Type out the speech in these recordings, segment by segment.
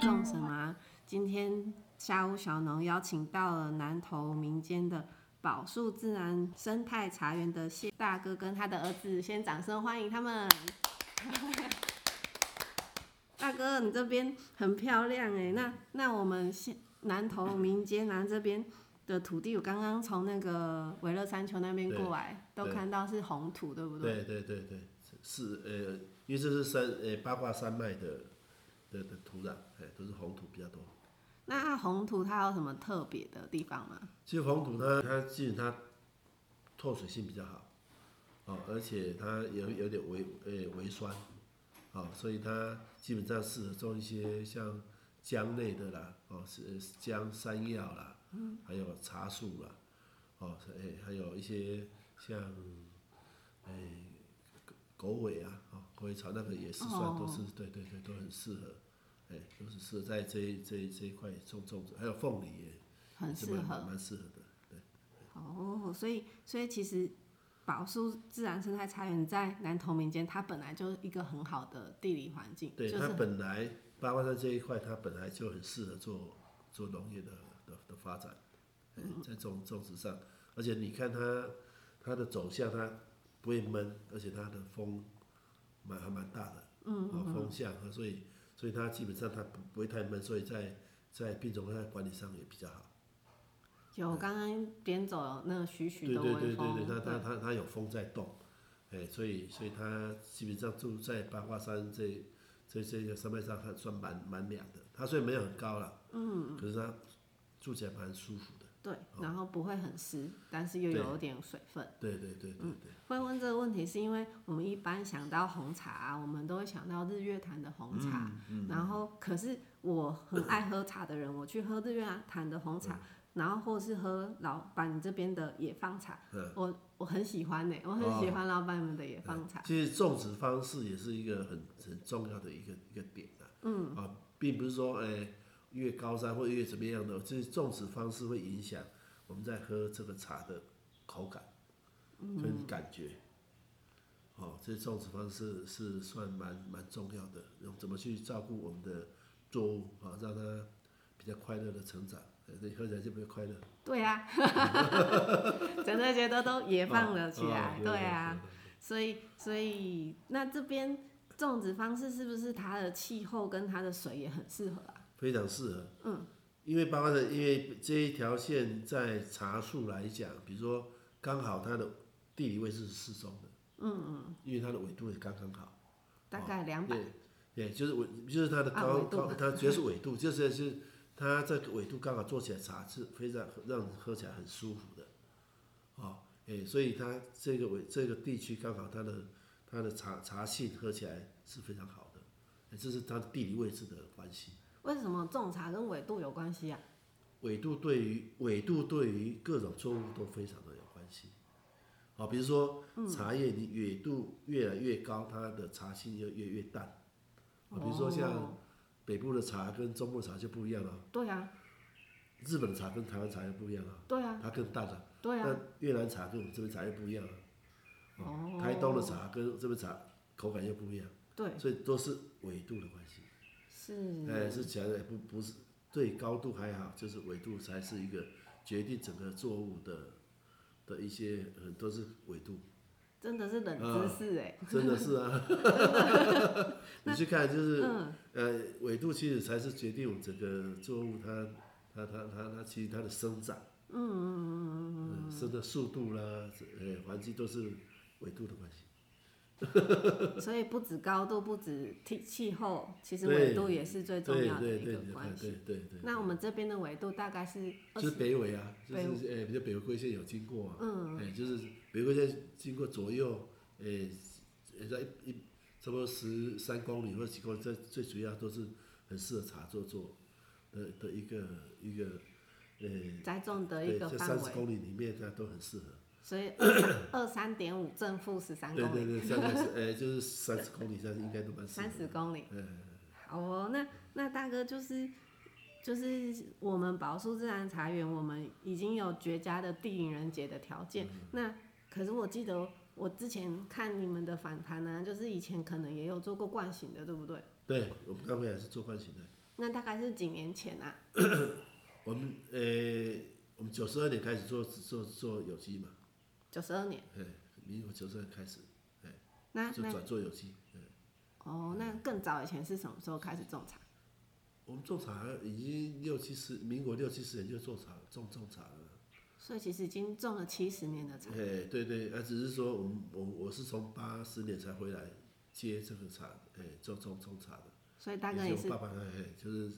动什么啊？今天下午小农邀请到了南投民间的宝树自然生态茶园的谢大哥跟他的儿子，先掌声欢迎他们。 大哥，你这边很漂亮哎，那那我们现南投民间南这边的土地，我刚刚从那个维勒山丘那边过来，都对对看到是红土，对不对？对对对对，是呃，因为这是山呃八卦山脉的的的土壤，哎，都是红土比较多。那它红土它有什么特别的地方吗？其实红土它它基本它透水性比较好，哦，而且它有有点微呃微酸，哦，所以它基本上适合种一些像姜类的啦，哦是是姜山药啦，还有茶树啦，哦，哎、还有一些像哎、狗尾啊，哦狗尾草那个也是算、哦都是对对对都很适合，哎、都是适合在这一这一这一块种种植，还有凤梨也。很是适蛮合蛮适合的。哦，所以所以其实宝树自然生态茶园在南投民间，它本来就是一个很好的地理环境，对，就它是本来八卦山这一块，它本来就很适合做做农业的的的发展，哎在种种植上，而且你看它它的走向，它不会闷，而且它的风蛮还蛮大的，嗯，哦，风向，所以所以它基本上它不不会太闷，所以在在病虫害管理上也比较好。有刚刚边走有那个徐徐对的对对微对对，风，它它它它有风在动，哎，所以所以它基本上住在八卦山这这这个山脉上，它算蛮蛮凉的。它虽然没有很高了，嗯，可是它住起来蛮舒服的。对，然后不会很湿，但是又对有点水分。对对对对对，会问这个问题，是因为我们一般想到红茶啊、我们都会想到日月潭的红茶。然后，可是我很爱喝茶的人，我去喝日月潭的红茶，然后或是喝老板这边的野放茶，我我很喜欢呢、我很喜欢老板们的野放茶。其实种植方式也是一个很很重要的一个一个点啊。嗯啊，并不是说哎越高山或越怎么样的，就是种植方式会影响我们在喝这个茶的口感嗯跟感觉。哦，这种植方式是算蛮蛮重要的，用怎么去照顾我们的作物啊，让它比较快乐的成长，哎那你喝起来就比较快乐。对啊， 整个觉得都野放了起来，哦对啊。，所以，所以那这边种植方式是不是它的气候跟它的水也很适合啊？非常适合。嗯，因为八卦山，因为这一条线在茶树来讲，比如说刚好它的地理位置是适中的。嗯嗯。因为它的纬度也刚刚好。大概两百、对，对，就是纬，就是它的啊高纬度高，它主要是纬度， 就是是它这个纬度刚好做起来茶是非常让人喝起来很舒服的。哦，哎，所以它这个纬这个地区刚好它的它的茶茶性喝起来是非常好的，哎这是它地理位置的关系。为什么种茶跟纬度有关系啊？纬度对于纬度对于各种作物都非常的有关系。好，比如说嗯茶叶，你纬度越来越高，它的茶性就越越淡。啊，比如说像哦北部的茶跟中部的茶就不一样了，对啊，日本的茶跟台湾茶又不一样了，对啊，它更淡了。对啊，那越南茶跟我们这边茶又不一样了，哦，台东的茶跟这边茶口感又不一样，对所以都是纬度的关系。是，哎，是讲的不不是对高度还好，就是纬度才是一个决定整个作物的的一些很多是纬 度，真的是冷知识哎、真的是 啊。你去看就是、嗯呃纬度其实才是决定我们整个作物它它它它它其实它的生长，嗯嗯嗯嗯嗯生的速度啦，呃环境都是纬度的关系。呃所以不止高度，不止气气候，其实对纬度也是最重对要的对一对个对关对系。对对。那我们这边的纬度大概是二就是十，北纬啊，就北是诶，比如北回归线有经过啊，嗯，哎，就是北回归线经过左右，诶，也在一一差不多十三公里或者几公里，这最主要都是很适合茶做做的的一个一个，诶，栽种的一对，个这范三十围，公里里面它都很适合，所以二三二三点五正负十三对公对里，对，三个诶，就是三十公里，但是应该都蛮适合三的，十公里。嗯，好哦，那那大哥就是就是我们宝树自然茶园，我们已经有绝佳的地灵人杰的条件。嗯那可是我记得我之前看你们的啊访谈呢，就是以前可能也有做过惯性的，对不对？对，我们刚回来是做惯性的，那大概是几年前啊？我们呃，我们九十二年开始做做做有机嘛，九十二年。哎，民国九十二开始那就那转做有机。哎哦，那更早以前是什么时候开始种茶？我们种茶已经六七十，民国六七十年就种茶种种茶了。所以其实已经种了七十年的茶。哎，对对，啊，只是说我们我我是从八十年才回来接这个茶，哎，种种种茶的。所以大哥也我是爸爸哎，哎就是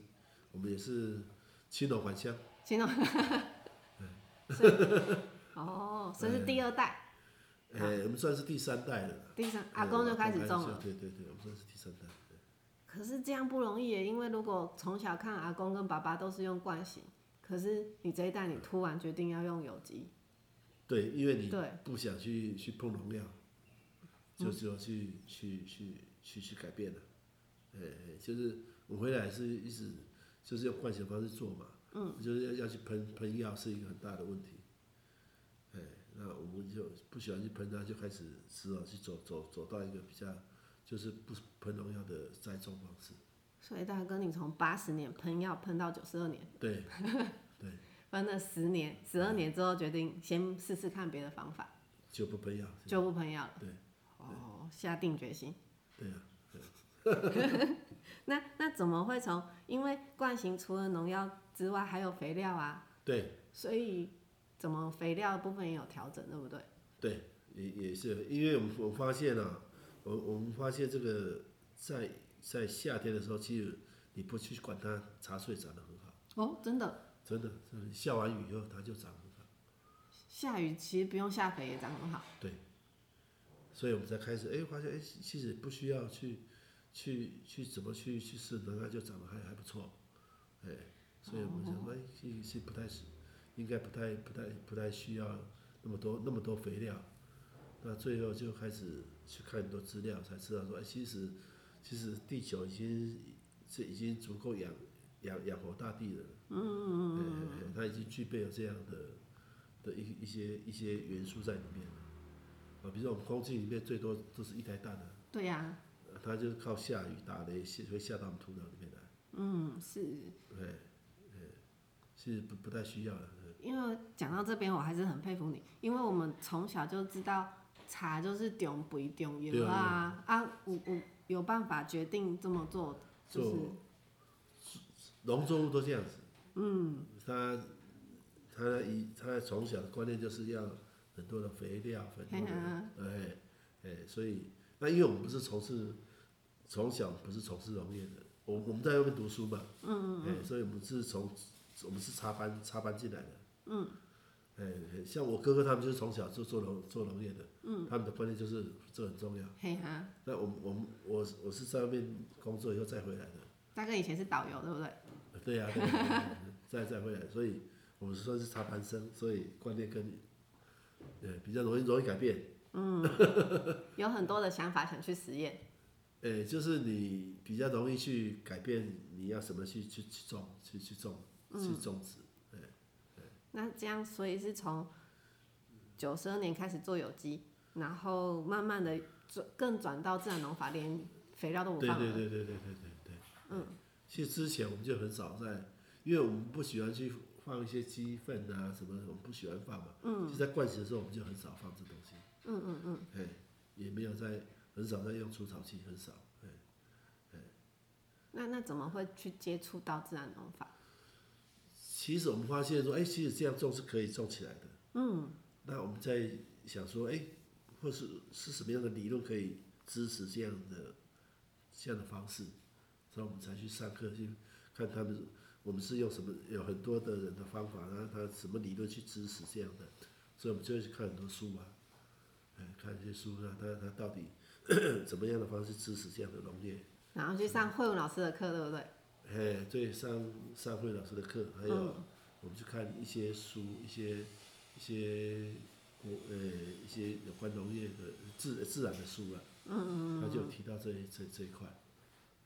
我们也是青楼还乡。先种。嗯 所以哦，所以是第二代，哎，我们算是第三代了。第三哎阿公就开始种了。对对对，我们算是第三代。可是这样不容易耶，因为如果从小看阿公跟爸爸都是用惯型，可是你这一代你突然决定要用有机，对，因为你对不想去去碰农药，就只有去、去去去去改变了。哎，哎就是我回来是一直就是用惯性方式做嘛，嗯，就是要要去喷喷药是一个很大的问题。哎，那我们就不喜欢去喷它，就开始只好去走走走到一个比较就是不喷农药的栽种方式。所以大哥你从八十年喷药喷到九十二年，对，喷了十年、十二年之后决定先试试看别的方法，就不喷药。就不喷药了。对，哦，下定决心。对啊， 那那怎么会从？因为惯型除了农药之外，还有肥料啊，对。所以怎么肥料的部分也有调整，对不对？对，也也是，因为我们我发现啊，我我们发现这个在在夏天的时候，其实你不去管它，茶穗长得很好，哦，真的，真的，真的下完雨以后它就长得很好。下雨其实不用下肥也长很好。所以我们才开始哎，发现哎，其其实不需要去去去怎么去去试呢，它就长得还还不错，哎，所以我们想说，哎，其实不太是，应该不太不太不太需要那么多那么多肥料，那最后就开始去看很多资料，才知道说，哎，其实其实地球已经这已经足够养养养活大地了，嗯嗯嗯嗯，它已经具备了这样的的一一些一些元素在里面。啊，比如说我们空气里面最多都是一台氮啊，对呀、呃它就是靠下雨打雷下会下到我们土壤里面来，嗯，是哎，哎，是不不太需要了，嗯因为讲到这边，我还是很佩服你，因为我们从小就知道茶就是丢不丢油啊啊，我我有办法决定这么做，就是做农作物都这样子，嗯，它它以它从小的观念就是要很多的肥料，很多嘿啊的，哎哎，所以那因为我们不是从事从小不是从事农业的，我我们在外面读书嘛，嗯嗯，哎，所以我们是从我们是插班插班进来的，嗯，哎，像我哥哥他们就是从小就做农做农业的，嗯，他们的观念就是这很重要。嘿哈。那我们我们我我是在外面工作以后再回来的。大哥以前是导游，对不对？对呀、对呀、再再回来，所以我们算是插班生，所以观念跟呃比较容易容易改变。有很多的想法想去实验，呃，就是你比较容易去改变你要什么去去去种去去种去嗯种植。那这样所以是从九十二年开始做有机，然后慢慢的转更转到自然农法，连肥料都不对放了。对对对对对对对。嗯。其实之前我们就很少在，因为我们不喜欢去放一些鸡粪啊什么，我们不喜欢放嘛。嗯。就在灌洗的时候，我们就很少放这东西。嗯嗯嗯。哎，也没有在很少在用除草剂，很少。哎。那那怎么会去接触到自然农法？其实我们发现说，哎，其实这样种是可以种起来的。嗯。那我们在想说，哎，或是是什么样的理论可以支持这样的这样的方式？所以我们才去上课去看他们，我们是用什么有很多的人的方法，然后他什么理论去支持这样的，所以我们就会去看很多书啊，哎，看一些书啊，他他到底 怎么样的方式支持这样的农业？然后去上慧文老师的课，对不对？哎，对，上上慧老师的课，还有、我们去看一些书，一些一些国呃一些有关农业的自自然的书啊，嗯嗯他就有提到这一这这一块，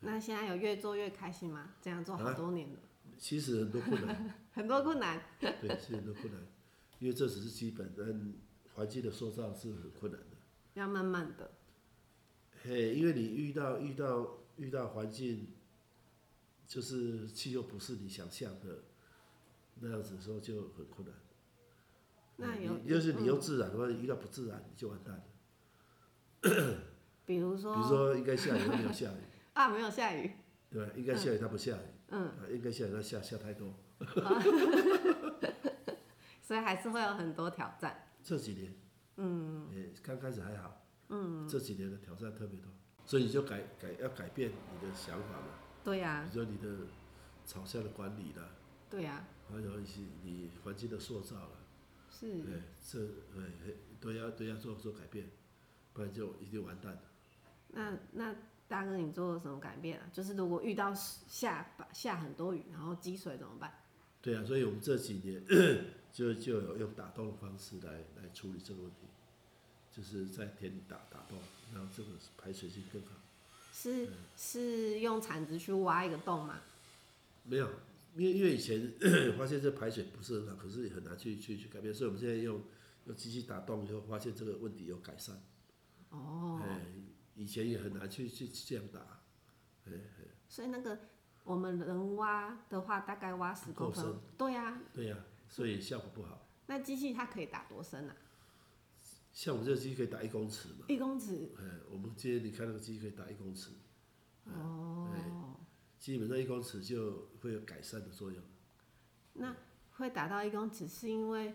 那现在有越做越开心吗？这样做好多年了，其实很多困难，很多困难。对，是很多困难，因为这只是基本，但环境的塑造是很困难的。要慢慢的，嘿，因为你遇到遇到遇到环境就是气又不是你想象的那样子的时候就很困难。那嗯有你就是你嗯又自然的话，一个不自然你就完蛋了。比如比说如说应该下雨它没有下雨，啊，没有下雨，对吧？应该下雨它不下雨，嗯，啊应该下雨它下下太多。所以还是会有很多挑战。这几年，嗯，也刚开始还好，嗯，这几年的挑战特别多，所以你就改改要改变你的想法嘛，对呀、比如说你的朝向的管理啦，对呀、还有一些你环境的塑造啦，是哎、。这哎嘿都要都要做做改变，不然就一定完蛋了。那那大哥，你做了什么改变啊？就是如果遇到下下很多雨，然后积水怎么办？对啊，所以我们这几年 就就有用打洞的方式来来处理这个问题，就是在田里打打洞，让这个排水性更好。是嗯是用铲子去挖一个洞嘛？没有，因为因为以前 发现这排水不是很好，可是也很难去去去改变，所以我们现在用用机器打洞以后，发现这个问题有改善。哦，哎，以前也很难去去去这样打，所以那个我们人挖的话，大概挖十公够分。对呀、对呀、所以效果不好。那机器它可以打多深啊？像我们这个机器可以打一公尺嘛，一公尺。哎，我们今天你看那个机器可以打一公尺，哦，基本上一公尺就会有改善的作用。那会打到一公尺是因为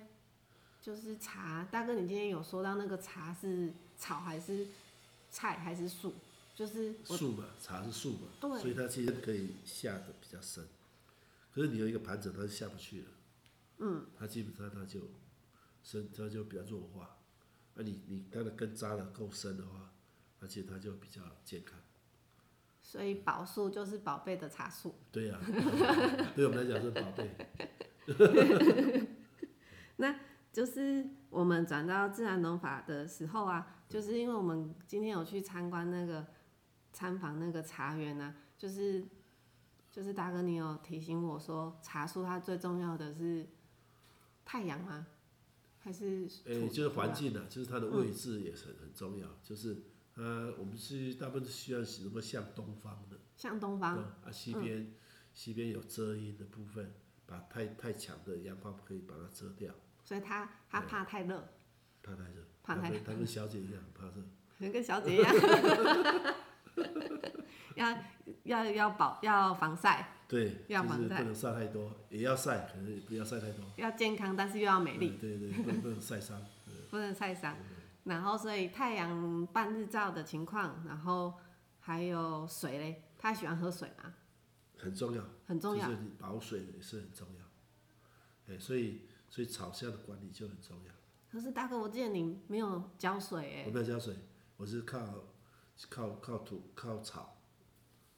就是茶，大哥，你今天有说到那个茶是草还是菜还是树？就是我树嘛，茶是树嘛，对所以它其实可以下的比较深。可是你有一个盘子，它就下不去了。嗯，它基本上它就深，它就比较弱化。那你你它的根扎的够深的话，而且它就比较健康。所以宝树就是宝贝的茶树。对呀、 对我们来讲是宝 贝。就是我们转到自然农法的时候啊，就是因为我们今天有去参观那个参访那个茶园啊，就是就是大哥，你有提醒我说，茶树它最重要的是太阳吗？还是诶、土就是土环。壤境啊，就是它的嗯位置也是很很重要。就是呃，我们是大部分需要是能够向东方的。像东方，啊，西边、西边有遮阴的部分，把太太强的阳光可以把它遮掉，所以它它怕太热，怕太热。怕它太跟它跟小姐一样怕热。跟小姐一样， 要要要保要防晒，对，要就防是不晒能晒太多，也要晒，可是不要晒太多。要健康，但是又要美丽。对对对，不能不能 晒伤。对不能晒伤。然后，所以太阳半日照的情况，然后还有水嘞，他喜欢喝水嘛，很重要，很重要就。是你保水也是很重要。哎、所以所以草下的管理就很重要。可是大哥，我记得你没有浇水我哎，没有浇水，我是靠靠靠土靠草，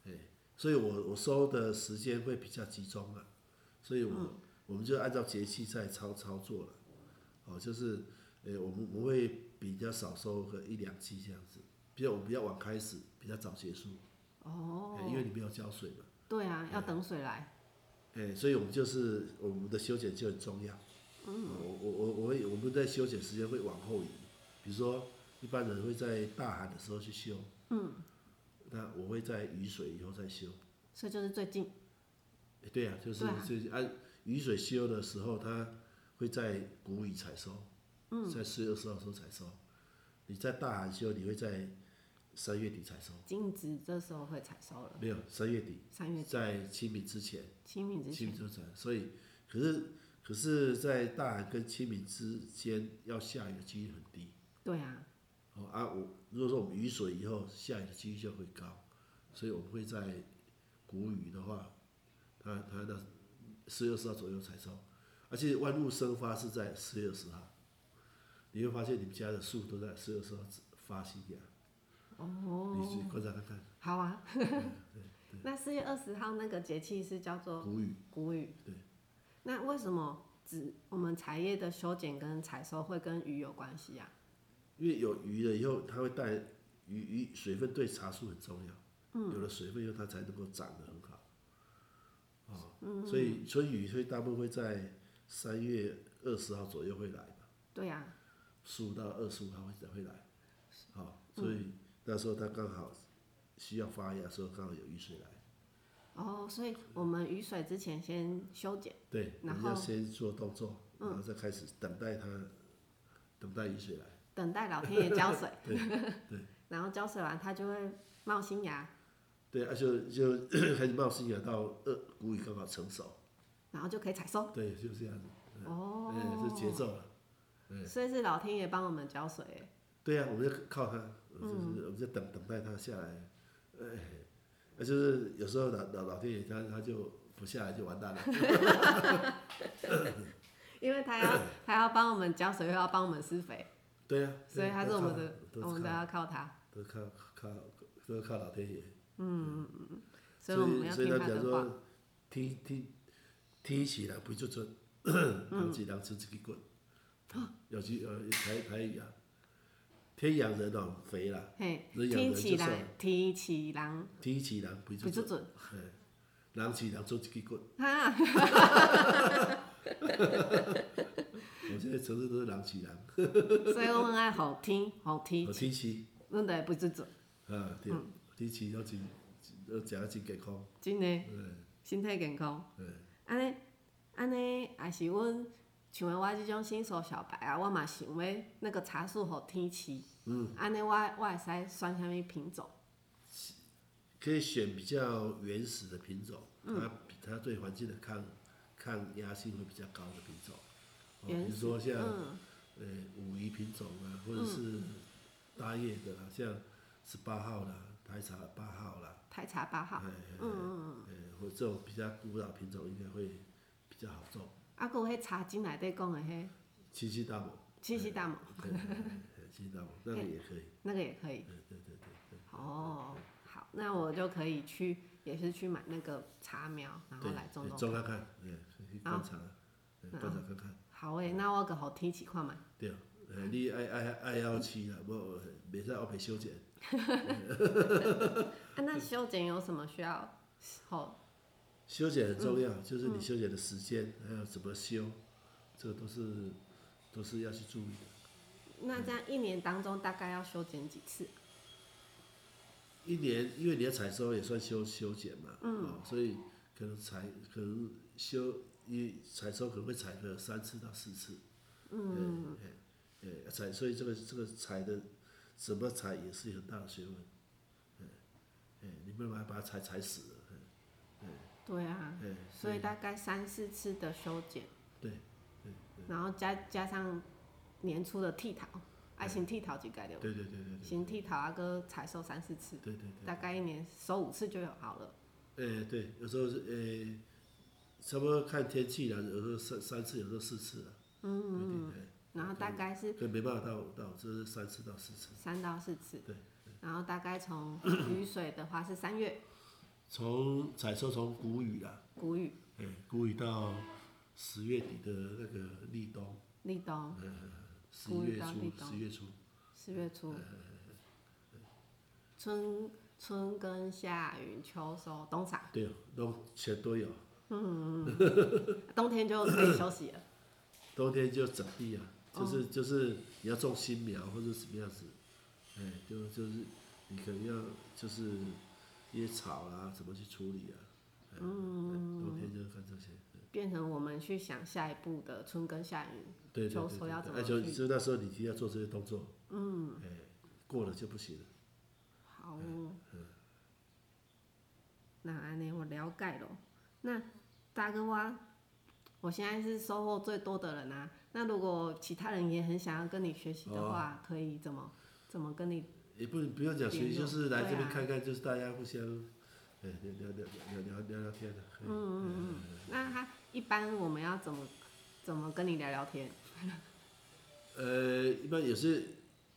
哎、所以我我收的时间会比较集中啊，所以我、我们就按照节气在操操作了，哦，就是呃、我们我们会比较少收个一两季这样子，比较我们比较晚开始，比较早结束，哦，哎因为你没有浇水嘛，对啊，要等水来，哎、所以我们就是我们的修剪就很重要，嗯，我我我我会我们在修剪时间会往后移，比如说一般人会在大寒的时候去修，嗯，那我会在雨水以后再修，所以就是最近哎对呀、就是、对啊就是按雨水修的时候，它会在谷雨采收，嗯，在四月二十号的时候采收，你在大寒修，你会在三月底采收，金子这时候会采收了，没有三月底，三月在清明之前。清明之清前明之前，所以可是可是，在大寒跟清明之间要下雨的几率很低。对啊，哦啊，我如果说我们雨水以后下雨的几率就会高，所以我们会在谷雨的话，它它的四月十号左右采收，而且万物生发是在四月十号，你会发现你们家的树都在四月十号发新芽，哦，你去观察看看好啊。嗯 那四月二十号那个节气是叫做谷雨。谷雨。对。那为什么只我们茶叶的修剪跟采收会跟雨有关系啊？因为有鱼了以后，它会带鱼鱼水分对茶树很重要。嗯有了水分以后，它才能够长得很好。哦，嗯所以春雨会大部分会在三月二十号左右会来吧，对啊呀、十五到二十五号会会来。哦嗯好、所以那时候它刚好需要发芽的时候，刚好有雨水来。哦，所以我们雨水之前先修剪，对，我然们要后嗯先做动作，然后再开始等待它，等待雨水来。等待老天爷浇水对， 然后浇水完它就会冒新芽，对，啊就就 开始冒新芽到二谷雨刚好成熟，然后就可以采收。对，就这样子，哦，哎，这节奏了。所以是老天爷帮我们浇水耶，对啊呀、我们就靠它，嗯就是我们就等等待它下来，哎，那就是有时候老老老天爷他他就不下来就 完蛋了，因为他 要他要帮我们浇水，又要帮我们施肥，对呀、所以他是我们的，都我们靠都要靠他，都靠靠都靠老天爷，所以我们要所以听他他讲的话。说，听听听起来不就准，嗯扛起两吃自 己滚，要去呃台台语啊，天养人哦肥啦，嘿，人养人听起就来算，听起来天起人不就不就准，准嘿人起人做自己滚。 哈，我现在城市都是人起人，所以我们爱好听，好听我，天气真的不就准，啊对，嗯天气要真要食啊真健康，真的嗯身体健康。嗯，安尼安尼，也是阮像我即种新手小白啊，我嘛想要那个茶树互天气。嗯。安尼我我会使选啥物品种？可以选比较原始的品种，嗯它比它对环境的抗抗压性会比较高的品种，哦、比原如始说像嗯呃武夷品种啊，或者是大叶的啦，像十八号啦、台茶八号啦，台茶八号哎，嗯嗯嗯，呃或这种比较古老品种应该会比较好种，啊，搁有迄茶经内底讲的迄七七 大哎某，七夕大梦，对，对对对七七大某那个也可以，那个也可以。对对对对对。哦，好，那我就可以去，也是去买那个茶苗，然后对，来种对种。种看看，对，去观察，对观察看看，好诶，那我搁互天气看嘛。对，呃，你爱爱爱要饲啦，无袂使后背修剪，啊，嗯那修剪有什么需要？好，修剪很重要，就是你修剪的时间，还有怎么修，这个都是都是要去注意的。那这样一年当中大概要修剪几次？一年，因为你的采收也算修修剪嘛，哦，所以可能采可能修一采收可能会采个三次到四次，嗯，哎，哎采，所以这个这个采的怎么采也是有很大的学问，哎，哎，你不能把它把它采采死了，对啊，哎，所以大概三四次的修剪，对，嗯然后加加上年初的剃头，啊，先剃头就改掉，对对对嗯对对，先剃头啊，搁采收三四次，对对对。大概一年收五次就有好了。诶、对，有时候是诶、差不多看天气啦，有时候三三次，有时候四次啦。嗯嗯然后大概是对，所以没办法到到，这是三次到四次。三到四次，对然后大概从雨水的话是三月从采收从谷雨啦，谷雨、诶、谷雨到十月底的那个立冬，立冬，嗯十谷雨月到立初，冬十月初，四月嗯初，春春耕夏耘秋收冬藏，对哦，冬全都有，冬天就可以休息 了。冬天就整地啊，哦就是、就是你要种新苗或者什么样子，哎、就就是你可能要就是一些草啦、怎么去处理啊，嗯，冬天就看这些，变成我们去想下一步的春耕夏耘，对对秋对收对，要怎么那就去就那时候你就要做这些动作，嗯，哎、过了就不行了，好嗯哦。那安尼我了解了。那大哥我，我现在是收获最多的人啊。那如果其他人也很想要跟你学习的话，哦可以怎么怎么跟你？也不不用讲学习，联络就是来这对边啊看看，就是大家互相，哎、聊聊聊聊聊聊聊天的、嗯嗯嗯，那他一般我们要怎么怎么跟你聊聊天？呃，一般也是，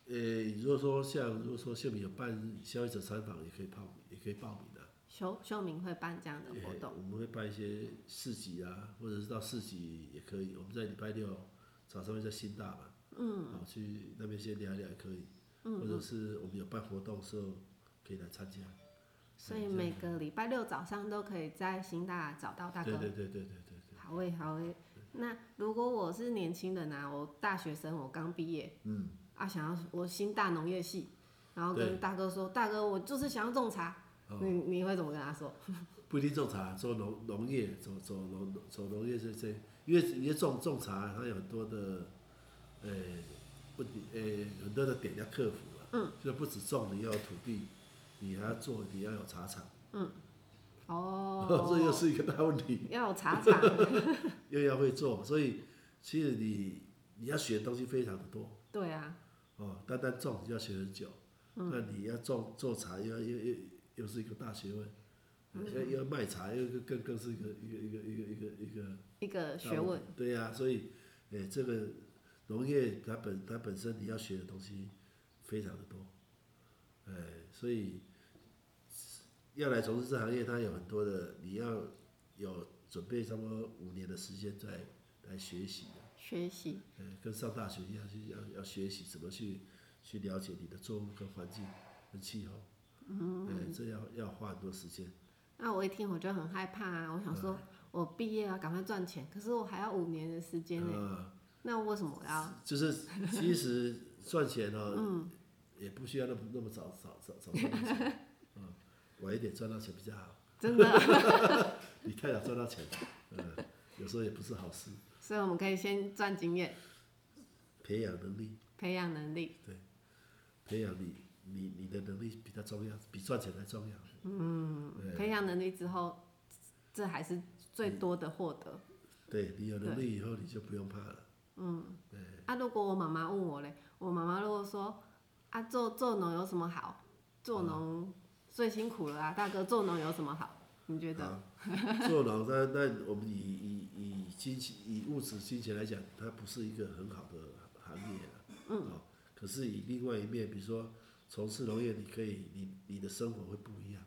呃，如果说像如果说秀敏有办消费者参访，也可以报，也可以报名的、啊。秀秀明会办这样的活也动，我们会办一些市集啊，或者是到市集也可以。我们在礼拜六早上会在新大嘛，嗯，好去那边先聊一聊也可以，嗯，或者是我们有办活动的时候可以来参加。所以每个礼拜六早上都可以在新大找到大哥。对对对对对对对，好诶，好诶。那如果我是年轻人啊，我大学生，我刚毕业，嗯，啊，想要我新大农业系，然后跟大哥说，大哥，我就是想要种茶，哦你你会怎么跟他说？不一定种茶，做农农业，走走农走农业这这，因为你种种茶，它有很多的，呃，问题，呃，很多的点要克服啊。嗯。就不止种，你要有土地，你还要做，你要有茶厂， 这又哦，是一个大问题，要有茶 厂，又要会做，所以其实你你要学的东西非常的多对啊，哦，单单种就要学很久，那你要种做茶又要又又又是一个大学问。要要卖茶，又更更更是一个一个一个一个一个一个一个学问，。哦对呀、所以，诶、这个农业它本它本身你要学的东西非常的多，诶、所以要来从事这行业，它有很多的你要有准备差不多五年的时间在来学习的，学习，嗯、跟上大学一样去要要学习怎么去去了解你的作物跟环境跟气候，嗯，诶、这要要花很多时间。那我一听我就很害怕啊！我想哎说，我毕业啊了，赶快赚钱，可是我还要五年的时间呢。嗯那我为什么我要？就是其实赚钱哦，也不需要那么那么早早早早赚到钱，嗯，晚一点赚到钱比较好。真的， 你太早赚到钱，嗯，有时候也不是好事。所以我们可以先赚经验，培养能力，培养能力。培养你你你的能力比较重要，比赚钱还重要。嗯，培养能力之后，这还是最多的获得。嗯对你有能力以后，你就不用怕了。啊，如果我妈妈问我嘞，我妈妈如果说啊，做做农有什么好？做农最辛苦了啊，大哥，做农有什么好？你觉啊得？好 做老那那我们以以以金钱以物质金钱来讲，它不是一个很好的行业啊。嗯、可是以另外一面，比如说从事农业，你可以你你的生活会不一样，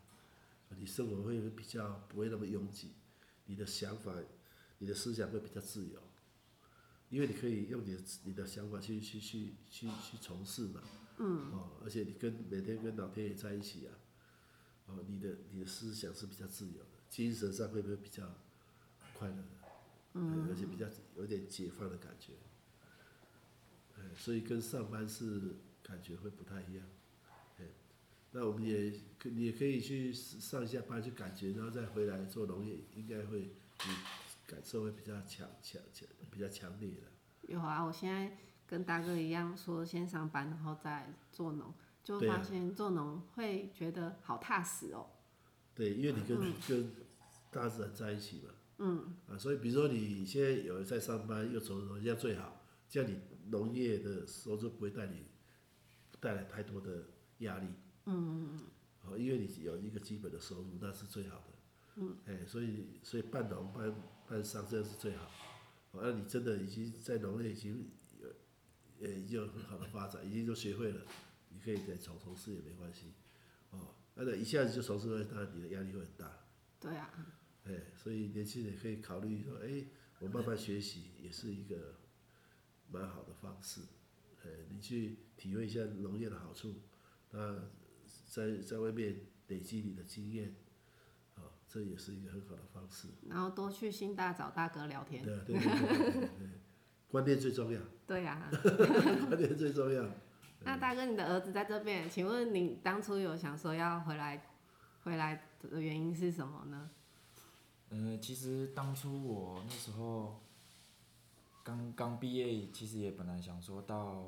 你生活会比较不会那么拥挤，你的想法、你的思想会比较自由，因为你可以用你的你的想法去去去去去从事嘛。嗯。哦，而且你跟每天跟老天爷在一起啊。哦，你的你的思想是比较自由的，精神上会不会比较快乐的？嗯，而且比较有点解放的感觉。哎，所以跟上班是感觉会不太一样。哎，那我们也可你也可以去上一下班，去感觉，然后再回来做农业，应该会你感受会比较强强强比较强烈的。有啊，我现在跟大哥一样，说先上班，然后再做农，就对啊发现做农会觉得好踏实哦。对，因为你跟、跟大自然在一起嘛。嗯。啊，所以比如说你现在有人在上班，又从人家最好，这样你农业的收入不会带你带来太多的压力。嗯。哦，因为你有一个基本的收入，那是最好的。嗯。哎，所以所以半农半半商这样是最好。哦，那你真的已经在农业已经有，呃，已经有很好的发展，已经都学会了，你可以再从从事也没关系。哦，那个一下子就从事了，当然你的压力会很大，对啊，哎，所以年轻人可以考虑说，哎，我慢慢学习也是一个蛮好的方式，哎，你去体会一下农业的好处，那在在外面累积你的经验，啊、这也是一个很好的方式，然后多去新大找大哥聊对天。啊对对对对对对，观念最重要，对啊，观念最重要。那大哥，你的儿子在这边，请问你当初有想说要回来，回来的原因是什么呢？呃，其实当初我那时候刚刚毕业，其实也本来想说到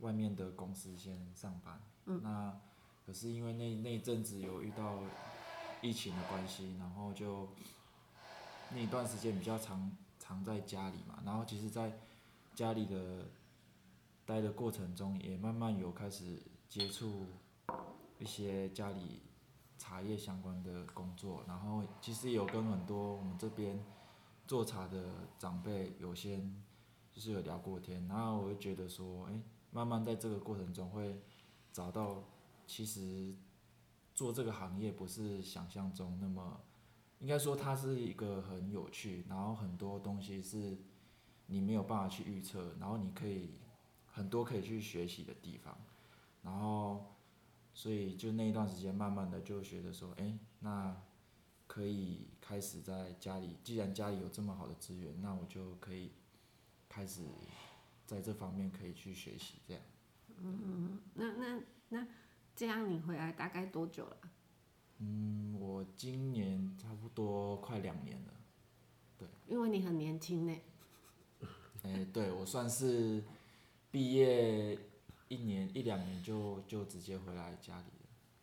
外面的公司先上班，那可是因为那那一阵子有遇到疫情的关系，然后就那一段时间比较常常在家里嘛，然后其实在家里的待的过程中，也慢慢有开始接触一些家里茶叶相关的工作，然后其实有跟很多我们这边做茶的长辈有些就是有聊过天，然后我就觉得说，哎，慢慢在这个过程中会找到，其实做这个行业不是想象中那么，应该说它是一个很有趣，然后很多东西是你没有办法去预测，然后你可以很多可以去学习的地方，然后。所以就那一段时间，慢慢的就觉得说，哎、那可以开始在家里，既然家里有这么好的资源，那我就可以开始在这方面可以去学习，这样。那那那这样你回来大概多久了？嗯，我今年差不多快两年了。因为你很年轻呢，哎、对我算是毕业一年一两年就就直接回来家里了。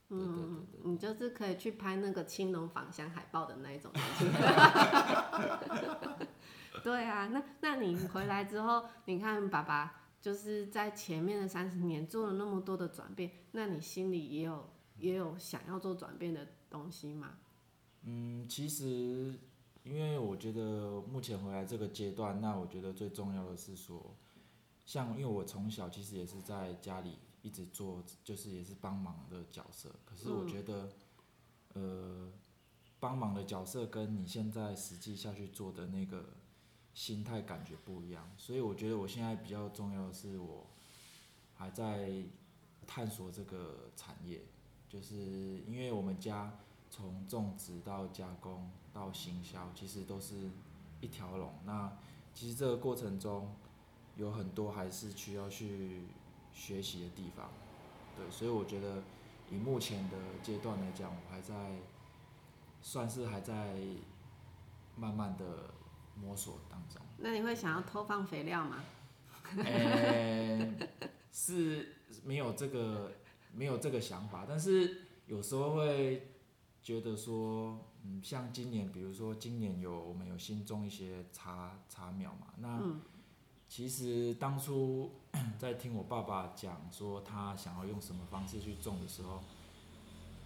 对对对嗯，你就是可以去拍那个青龙返乡海报的那一种年轻人。 对啊，那那你回来之后，你看爸爸就是在前面的三十年做了那么多的转变，那你心里也有也有想要做转变的东西吗？嗯，其实因为我觉得目前回来这个阶段，那我觉得最重要的是说，像因为我从小其实也是在家里一直做，就是也是帮忙的角色。可是我觉得，呃，帮忙的角色跟你现在实际下去做的那个心态感觉不一样，所以我觉得我现在比较重要的是我还在探索这个产业，就是因为我们家。从种植到加工到行销，其实都是一条龙。那其实这个过程中有很多还是需要去学习的地方，对，所以我觉得以目前的阶段来讲，我还在算是还在慢慢的摸索当中。那你会想要偷放肥料吗？呃，是没有这个没有这个想法，但是有时候会觉得说，嗯，像今年，比如说今年有我们有新种一些茶茶苗嘛，那其实当初 在听我爸爸讲说他想要用什么方式去种的时候，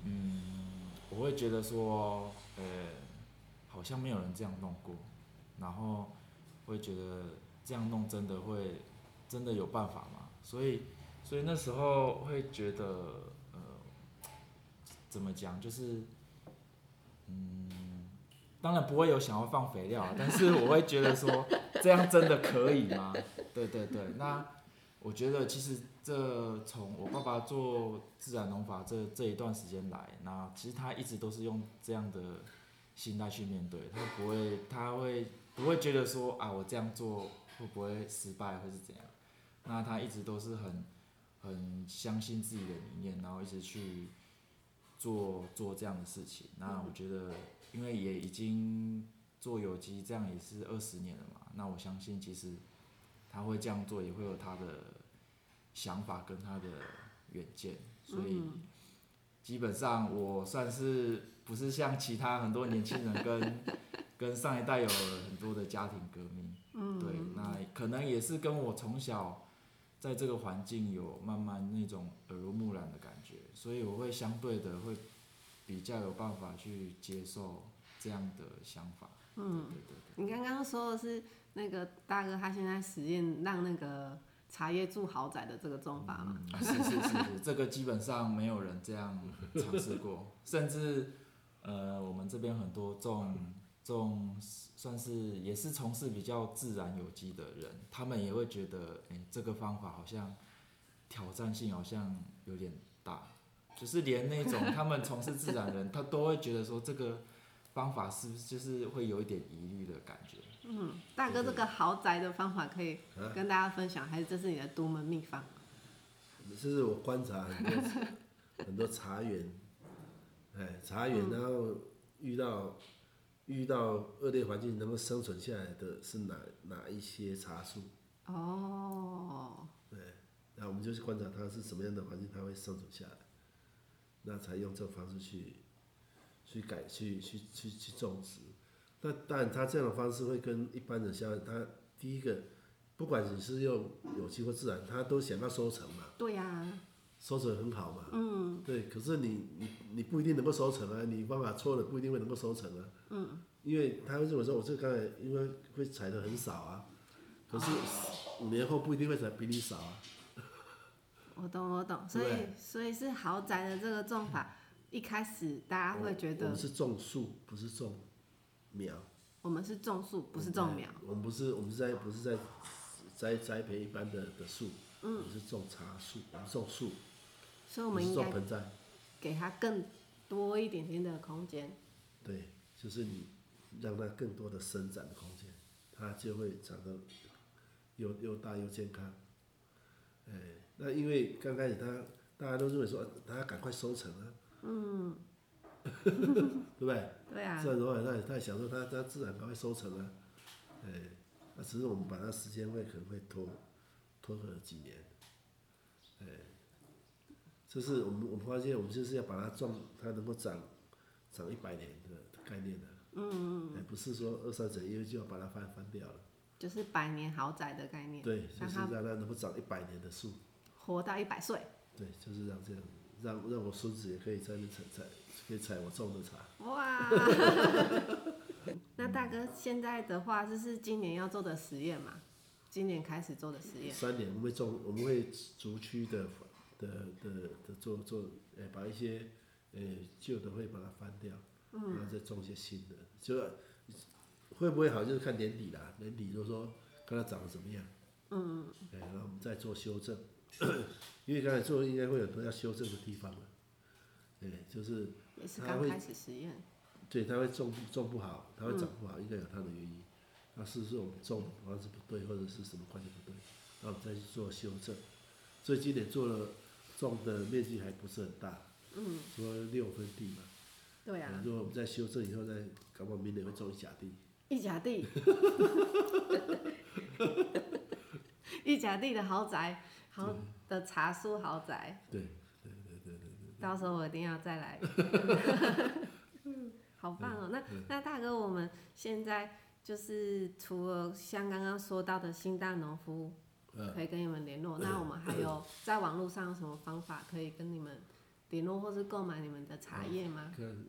嗯，我会觉得说，呃，好像没有人这样弄过，然后会觉得这样弄真的会真的有办法吗？所以，所以那时候会觉得，呃，怎么讲，就是，嗯，当然不会有想要放肥料啊，但是我会觉得说，这样真的可以吗？对对对，那我觉得其实这从我爸爸做自然农法这这一段时间来，那其实他一直都是用这样的心态去面对，他不会，他会不会觉得说啊，我这样做会不会失败，会是怎样？那他一直都是很很相信自己的理念，然后一直去做做这样的事情。那我觉得，因为也已经做有机这样也是二十年了嘛，那我相信其实他会这样做，也会有他的想法跟他的远见，所以。基本上我算是不是像其他很多年轻人跟 跟上一代有很多的家庭革命，嗯，对，那可能也是跟我从小在这个环境有慢慢那种耳濡目染的感觉，所以我会相对的会比较有办法去接受这样的想法，嗯，对对你刚刚说的是那个大哥他现在实验让那个茶叶住豪宅的这个种法吗？嗯是是是是，这个基本上没有人这样尝试过，甚至呃，我们这边很多种种算是也是从事比较自然有机的人，他们也会觉得，哎、这个方法好像挑战性好像有点大，就是连那种他们从事自然的人，他都会觉得说这个方法是不是就是会有一点疑虑的感觉。嗯，大哥这个豪宅的方法可以啊跟大家分享，还是这是你的独门秘方？这是我观察很多很多茶园， 哎，茶园，然后遇到遇到恶劣环境能够生存下来的是哪哪一些茶树？哦，那我们就去观察它是什么样的环境，它会生存下来，那才用这种方式去去改去去去去种植。那当然，它这样的方式会跟一般人相反。它第一个，不管你是用有机或自然，它都想要收成嘛，对呀、收成很好嘛。嗯。对，可是你你你不一定能够收成啊，你方法错了不一定会能够收成啊。嗯。因为他会认为说，我这刚才因为会采的很少啊，可是五年后不一定会采比你少啊。我懂我懂，所以所以是豪宅的这个种法，一开始大家会觉我得们是种树，不是种苗，我们是种树，不是种苗。我们不是我们是在不是在栽栽培一般的的树，嗯，我们是种茶树，我们种树，所以我我们是应种该盆栽，给它更多一点点的空间。对，就是你让它更多的伸展的空间，它就会长得又又大又健康。哎，那因为刚开始它大家都认为说，啊它要赶快收成啊，嗯， 对不对？对啊自，然的话，那那想说它它自然它会收成啊，哎，那只是我们把它时间会可能会拖拖个几年，哎，就是我们我们发现我们就是要把它种，它能够长长一百年的概念的、嗯嗯，哎，不是说二三十年就要把它翻翻掉了，就是百年豪宅的概念，对，就是让让它能够长一百年的树，活到一百岁。对，就是让这样，让让我孙子也可以在那采采，可以采我种的茶。哇！ 那大哥现在的话，就是今年要做的实验嘛，今年开始做的实验。三年我们会种，我们会逐区的的的的做做，呃，把一些呃旧的会把它翻掉，然后再种一些新的，就会不会好就是看年底啦，年底就说看它长得怎么样，嗯，哎，然后我们再做修正， 因为刚才做应该会有很多要修正的地方了，哎，就是也是他刚会开始实验，对，它会种种不好，它会嗯长不好，应该有它的原因。那是不是我们种的方式不对，或者是什么观念不对？那我们再去做修正。所以今年做了种的面积还不是很大，嗯，说六分地嘛。对啊，如果我们再修正以后，再搞不好明年会种一甲地。一甲地， 一甲地的豪宅，豪的茶树豪宅，对，到时候我一定要再来。 好棒哦！那那大哥，我们现在就是除了像刚刚说到的新大农夫嗯，可以跟你们联络，那我们还 有在网络上有什么方法可以跟你们联络，或是购买你们的茶叶嗯吗？看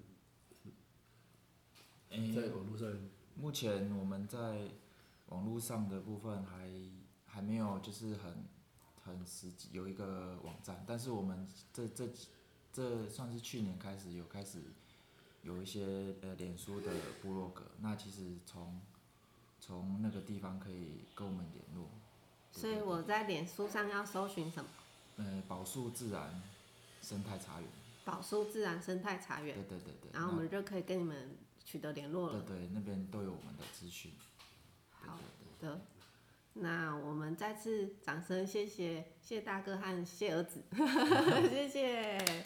诶在网络上，目前我们在网络上的部分还还没有，就是很很实际有一个网站，但是我们这这这算是去年开始有开始有一些呃脸书的部落格，那其实从从那个地方可以跟我们联络，所以我在脸书上要搜寻什么？呃，宝树自然生态茶园，宝树自然生态茶对园，对对对，然后我们就可以跟你们取得联那络对了。对那边都有我们的资讯，对好对对。的，那我们 再次掌声谢谢谢大哥和谢儿子，谢谢。